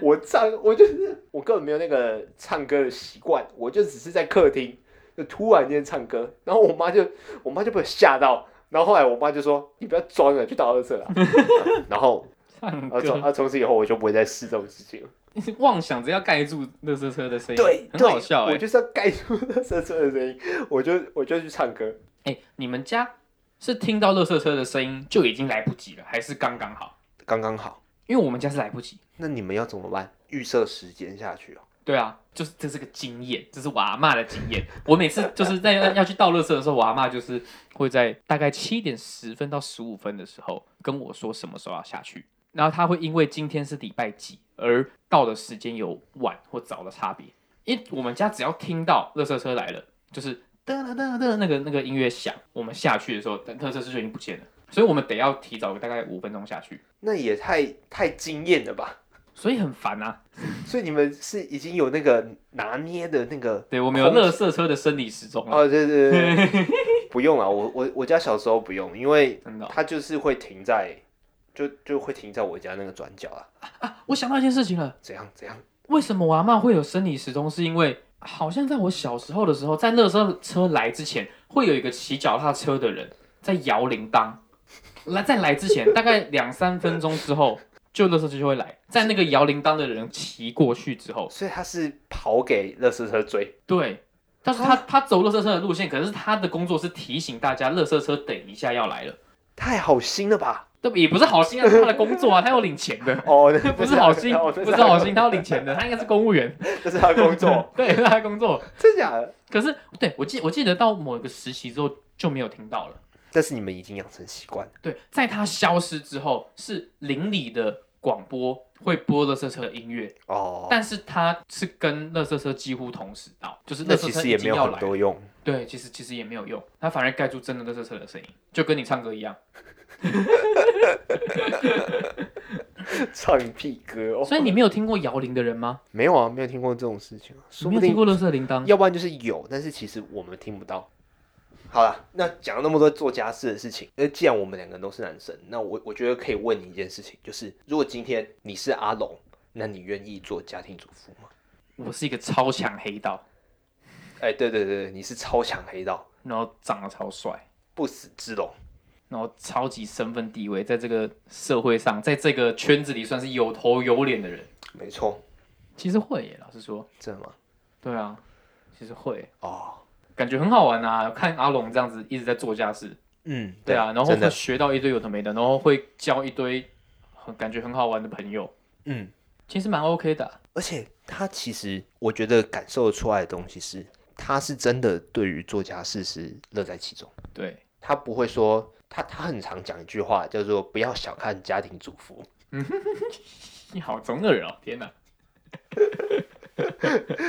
S1: 我唱，我就是我根本没有那个唱歌的习惯，我就只是在客厅就突然间唱歌，然后我妈就我 (laughs) 妈就被我吓到，然后后来我妈就说你不要装了，去倒垃圾啊，然后
S2: 唱
S1: 啊从
S2: 歌，
S1: 啊从此以后我就不会再试这种事情了。
S2: 妄想着要盖住乐色车的声音，
S1: 对，
S2: 很
S1: 对
S2: 好笑哎、
S1: 我就是要盖住那车车的声音，我就我就去唱歌。
S2: 哎、你们家是听到乐色车的声音就已经来不及了，还是刚刚好？
S1: 刚刚好。
S2: 因为我们家是来不及。
S1: 那你们要怎么办？预设时间下去哦。
S2: 对啊，就是这是个经验，这是我阿嬷的经验。我每次就是在要去倒垃圾的时候，我阿嬷就是会在大概七点十分到十五分的时候跟我说什么时候要下去，然后她会因为今天是礼拜几而到的时间有晚或早的差别。因为我们家只要听到垃圾车来了，就是噔噔噔噔那个那个音乐响，我们下去的时候，但垃圾车就已经不见了，所以我们得要提早大概五分钟下去，
S1: 那也太太惊艳了吧！
S2: 所以很烦啊。
S1: 所以你们是已经有那个拿捏的那个
S2: 对我们有
S1: 空
S2: 垃圾车的生理时钟啊 (laughs) 了，
S1: 哦，对对对对，
S2: (laughs)
S1: 不用啊，我我我家小时候不用，因为
S2: 真的哦、
S1: 它就是会停在，就就会停在我家那个转角啊，
S2: 我想到一件事情了。
S1: 怎样怎样？
S2: 为什么我阿嬷会有生理时钟？是因为好像在我小时候的时候，在乐色车来之前，会有一个骑脚踏车的人在摇铃铛。来，在来之前，大概两三分钟之后，就乐色车就会来。在那个摇铃铛的人骑过去之后，
S1: 所以他是跑给乐圾车追，
S2: 对，但是他他走乐色车的路线，可是他的工作是提醒大家，乐色车等一下要来了。
S1: 太好心了吧？
S2: 对，也不是好心啊，是他的工作啊，他要领钱的， (laughs)
S1: 哦，
S2: 不是好
S1: (laughs)
S2: 心，
S1: 哦
S2: 不是好心，他要领钱的，他应该是公务员，
S1: 这是他的工
S2: (laughs)
S1: 作，，
S2: 对，是他的工作。
S1: 真假的？
S2: 可是，对我记我记得到某一个时期之后就没有听到了。
S1: 但是你们已经养成习惯了，
S2: 对，在它消失之后，是邻里的广播会播乐色车的音乐，
S1: 哦，
S2: 但是它是跟乐色车几乎同时到，就是
S1: 那
S2: 乐色
S1: 其
S2: 车
S1: 实
S2: 已
S1: 也没
S2: 经
S1: 有
S2: 要
S1: 很
S2: 来了。
S1: 多用，
S2: 对，其实其实也没有用，它反而盖住真的乐色车的声音，就跟你唱歌一样。
S1: 唱屁歌哦，
S2: 所以你没有听过摇铃的人吗？
S1: 没有啊，没有听过这种事情啊，
S2: 你
S1: 说不
S2: 没有听
S1: 定
S2: 过乐色铃铛？
S1: 要不然就是有，但是其实我们听不到。好了，那讲了那么多做家事的事情，那既然我们两个都是男生，那我我觉得可以问你一件事情，就是如果今天你是阿龙，那你愿意做家庭主妇吗？
S2: 我是一个超强黑道，
S1: 哎、对对对，你是超强黑道，
S2: 然后长得超帅，
S1: 不死之龙，
S2: 然后超级身份地位，在这个社会上，在这个圈子里算是有头有脸的人。
S1: 没错，
S2: 其实会耶，老实说，
S1: 真的吗？
S2: 对啊，其实会耶，
S1: 哦，
S2: 感觉很好玩啊。看阿龙这样子一直在做家事，
S1: 嗯，
S2: 对啊，然后
S1: 真
S2: 会
S1: 的，
S2: 学到一堆有的没的，然后会交一堆很感觉很好玩的朋友，
S1: 嗯，
S2: 其实蛮 OK 的啊、
S1: 而且他其实我觉得感受出来的东西是，他是真的对于做家事是乐在其中。
S2: 对，
S1: 他不会说，他他很常讲一句话，叫做“不要小看家庭主妇 (laughs)
S2: 你好中二哦，天哪！”，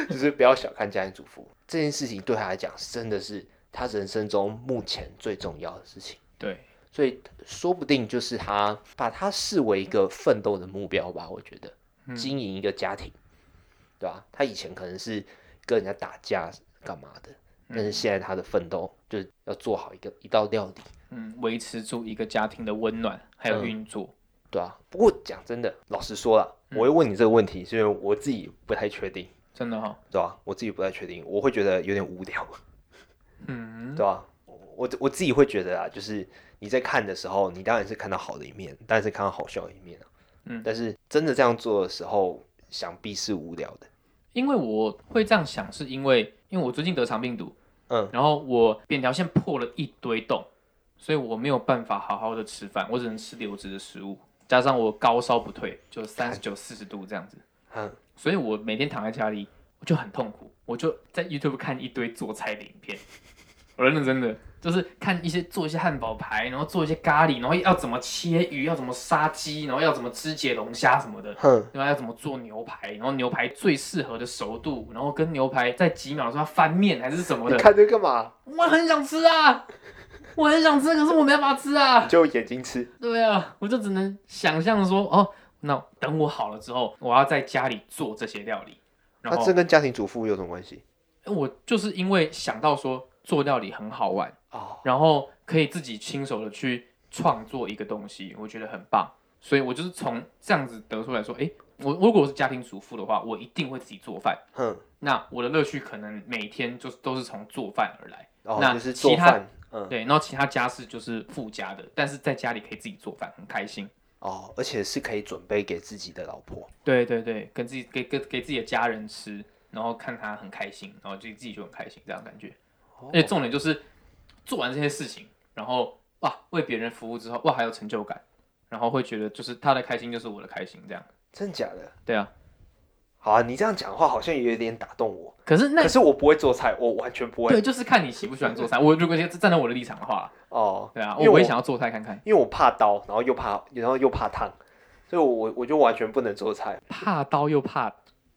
S1: 就是不要小看家庭主妇这件事情对他来讲，真的是他人生中目前最重要的事情。
S2: 对，
S1: 所以说不定就是他把它视为一个奋斗的目标吧。我觉得
S2: 嗯
S1: 经营一个家庭，对吧、他以前可能是跟人家打架干嘛的，但是现在他的奋斗就是要做好一个一道料理，
S2: 嗯，维持住一个家庭的温暖还有
S1: 嗯
S2: 运作，
S1: 对啊。不过讲真的，老实说了，我会问你这个问题，是因为我自己不太确定。
S2: 真的哈、哦，
S1: 对吧、我自己不太确定，我会觉得有点无聊，
S2: 嗯
S1: 对，吧、我我自己会觉得啊，就是你在看的时候，你当然是看到好的一面，当然是看到好笑的一面啊。
S2: 嗯
S1: 但是真的这样做的时候，想必是无聊的。
S2: 因为我会这样想，是因为因为我最近得肠病毒，
S1: 嗯，
S2: 然后我扁条线破了一堆洞，所以我没有办法好好的吃饭，我只能吃流质的食物，加上我高烧不退，就三十九、四十度这样子，
S1: 嗯，
S2: 所以我每天躺在家里，我就很痛苦，我就在 YouTube 看一堆做菜的影片，我认真的就是看一些做一些汉堡排，然后做一些咖喱，然后要怎么切鱼，要怎么杀鸡，然后要怎么肢解龙虾什么的，
S1: 哼，
S2: 另外要怎么做牛排，然后牛排最适合的熟度，然后跟牛排在几秒的时候要翻面还是什么
S1: 你
S2: 的，
S1: 看这干嘛？
S2: 我很想吃啊，我很想吃，可是我没办法吃啊
S1: 你。就眼睛吃。
S2: 对啊，我就只能想象说，哦，那等我好了之后，我要在家里做这些料理。然
S1: 那
S2: 后
S1: 这跟家庭主妇有什么关系？
S2: 我就是因为想到说做料理很好玩，
S1: 哦，
S2: 然后可以自己亲手的去创作一个东西，我觉得很棒。所以我就是从这样子得出来说，诶，我如果我是家庭主妇的话，我一定会自己做饭。
S1: 哼，
S2: 那我的乐趣可能每天就是都是从做饭而来。
S1: 哦，
S2: 那
S1: 就是
S2: 其
S1: 做
S2: 他
S1: 饭。嗯，
S2: 对，然后其他家事就是附加的，但是在家里可以自己做饭，很开心。
S1: 哦，而且是可以准备给自己的老婆。
S2: 对对对，跟自己给给给自己的家人吃，然后看他很开心，然后就自己就很开心，这样的感觉。
S1: 哦
S2: 而且重点就是做完这些事情，然后哇为别人服务之后，哇还有成就感，然后会觉得就是他的开心就是我的开心这样。
S1: 真的假的？
S2: 对啊，
S1: 好啊，你这样讲的话好像也有点打动我。
S2: 可是那
S1: 可是我不会做菜，我完全不
S2: 对，
S1: 会
S2: 就是看你喜不喜欢做菜。我如果站在我的立场的话，
S1: 哦。
S2: 对啊，
S1: 因为
S2: 我也
S1: 我
S2: 想要做菜看看。
S1: 因为我怕刀，然后又怕，然后又怕烫，所以我我就完全不能做菜。
S2: 怕刀又怕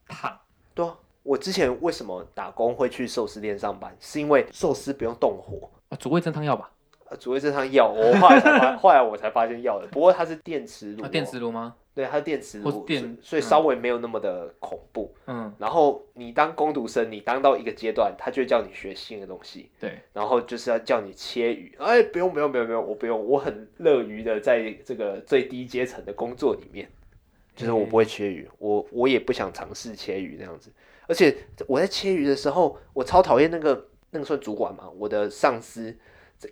S2: 烫，
S1: 对啊，我之前为什么打工会去寿司店上班，是因为寿司不用动火。
S2: 哦、煮味噌汤要吧？
S1: 呃主位这汤药，我后来才
S2: (laughs)
S1: 发，后来我才发现药的，不过它是电磁炉、哦
S2: 啊，电，磁炉吗？
S1: 对，它是电磁
S2: 或是
S1: 炉，
S2: 电
S1: 所以所以
S2: 嗯
S1: 稍微没有那么的恐怖。
S2: 嗯，
S1: 然后你当工读生，你当到一个阶段，他就会叫你学新的东西，
S2: 对，
S1: 然后就是要叫你切鱼。哎，不用不用不用不用，我不用，我很乐于的在这个最低阶层的工作里面，就是我不会切鱼，我我也不想尝试切鱼那样子。而且我在切鱼的时候，我超讨厌那个那个算主管嘛，我的上司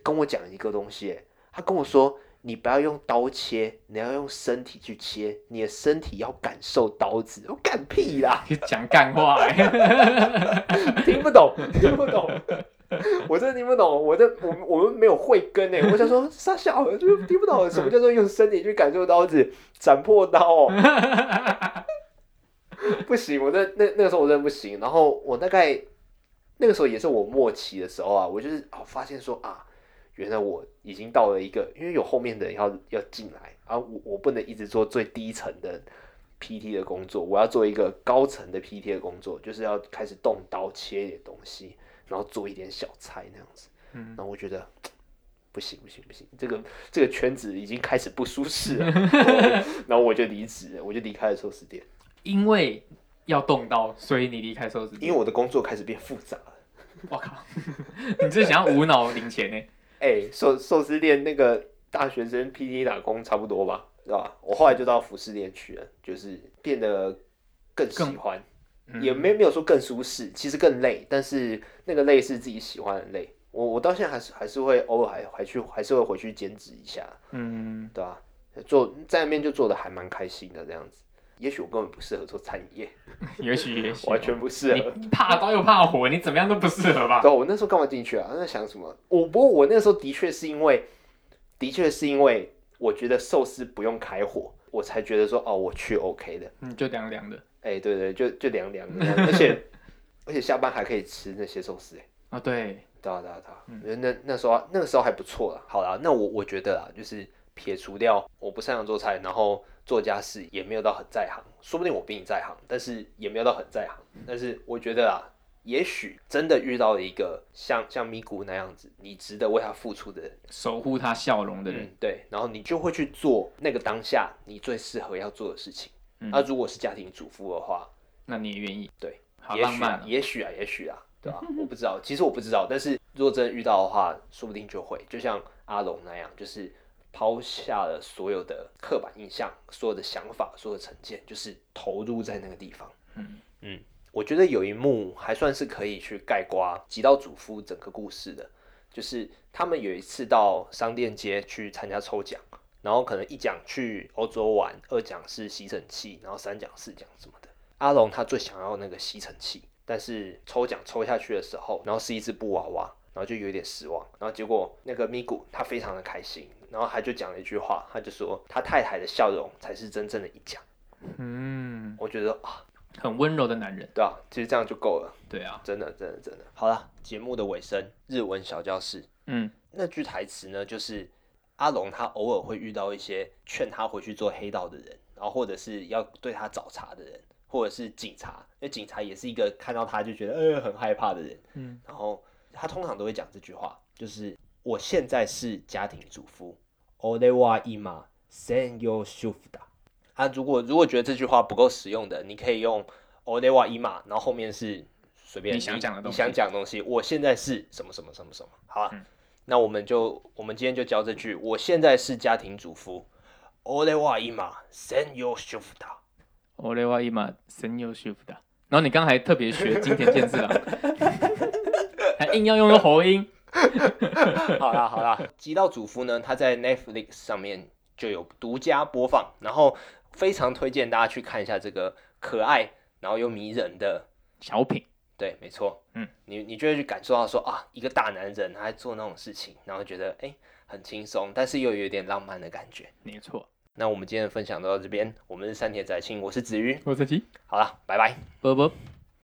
S1: 跟我讲一个东西，他跟我说。你不要用刀切，你要用身体去切，你的身体要感受刀子。我干屁啦！
S2: 嘿讲干话、欸， (laughs)
S1: 听不懂，听不懂， (laughs) 我真的听不懂，我这我们我们没有慧根哎，我想说傻笑，就是听不懂什么叫做用身体去感受刀子，斩破刀、哦，不行，我真的那那个时候我真的不行，然后我大概那个时候也是我末期的时候啊，我就是哦发现说啊，原来我已经到了一个，因为有后面的人要要进来啊，我我不能一直做最低层的 PT 的工作，我要做一个高层的 PT 的工作，就是要开始动刀切一点东西，然后做一点小菜那样子。
S2: 嗯
S1: 然，后我觉得不行不行不行，这个这个圈子已经开始不舒适了，然后我就离职了，我就离开了寿司店，
S2: 因为要动刀，所以你离开寿司
S1: 因
S2: 店。
S1: 为我的工作开始变复杂了。
S2: 我靠， (laughs) 你这想要无脑零钱欸呢、
S1: 哎，寿寿司店那个大学生 PT 打工差不多吧，对吧？我后来就到服饰店去了，就是变得更喜
S2: 更
S1: 欢，
S2: 嗯
S1: 也没没有说更舒适，其实更累，但是那个累是自己喜欢的累。我我到现在还是还是会偶尔还还去还是会回去兼职一下，
S2: 嗯，
S1: 对吧、做在那边就做的还蛮开心的这样子。也许我根本不适合做餐饮业，
S2: 也许也许
S1: 完全不啊适合。
S2: 哦你怕刀又怕火，你怎么样都不适合吧？
S1: 对，我那时候干嘛进去啊？那想什么？我不过我那时候的确是因为，的确是因为我觉得寿司不用开火，我才觉得说哦，我去 OK 的。
S2: 嗯，就凉凉的
S1: 哎、对对，就就凉凉的，而且而且下班还可以吃那些寿司、哎。
S2: 啊、对，
S1: 对啊，对啊，对啊，我觉得那那时候那个时候还不错了。好啦，那我我觉得啊，就是撇除掉我不擅长做菜，然后做家事也没有到很在行，说不定我比你在行，但是也没有到很在行。但是我觉得啊，也许真的遇到了一个像像咪咕那样子，你值得为他付出的人，
S2: 守护他笑容的人，
S1: 嗯，对，然后你就会去做那个当下你最适合要做的事情。那、
S2: 嗯
S1: 如果是家庭主妇的话，
S2: 那你也愿意？
S1: 对，
S2: 好
S1: 也
S2: 浪
S1: 许啊
S2: 漫、哦。
S1: 也许啊，也许啊，对
S2: (laughs)
S1: 吧、我不知道，其实我不知道，但是如果真的遇到的话，说不定就会，就像阿龙那样，就是抛下了所有的刻板印象、所有的想法、所有的成见，就是投入在那个地方。
S2: 嗯
S1: 嗯，我觉得有一幕还算是可以去概括《极道主夫》整个故事的，就是他们有一次到商店街去参加抽奖，然后可能一奖去欧洲玩，二奖是吸尘器，然后三奖四奖什么的。阿龙他最想要那个吸尘器，但是抽奖抽下去的时候，然后是一只布娃娃，然后就有点失望。然后结果那个咪咕他非常的开心，然后他就讲了一句话，他就说他太太的笑容才是真正的一奖。
S2: 嗯，
S1: 我觉得啊，
S2: 很温柔的男人。
S1: 对啊，其实这样就够了。
S2: 对啊，
S1: 真的，真的，真的。好啦，节目的尾声，日文小教室
S2: 嗯，
S1: 那句台词呢，就是阿龙他偶尔会遇到一些劝他回去做黑道的人，然后或者是要对他找茬的人，或者是警察，因为警察也是一个看到他就觉得呃很害怕的人。
S2: 嗯，
S1: 然后他通常都会讲这句话，就是我现在是家庭主妇。俺は今専業主婦だ。啊，如果如果觉得这句话不够实用的，你可以用 o n e w a i m a 然后后面是随便
S2: 你想讲的东
S1: 你
S2: 西
S1: 想讲的东西。我现在是什么什么什么什么？好啊，
S2: 嗯
S1: 那我们就我们今天就教这句。我现在是家庭主妇 o n e w a i m a 専業主婦だ。
S2: 我的话一马神游学不到。然后你刚才特别学金田健次郎，啊 (laughs) 还硬要用个喉音。
S1: (laughs) 好啦好啦，《极道主夫》呢，他在 Netflix 上面就有独家播放，然后非常推荐大家去看一下这个可爱然后又迷人的，
S2: 小品，
S1: 对，没错，
S2: 嗯，
S1: 你你就会去感受到说啊，一个大男人他在做那种事情，然后觉得哎很轻松，但是又有点浪漫的感觉。
S2: 没错。
S1: 那我们今天的分享就到这边，我们是三铁仔青，我是子瑜，
S2: 我自己，
S1: 好了，拜拜。
S2: 啵啵。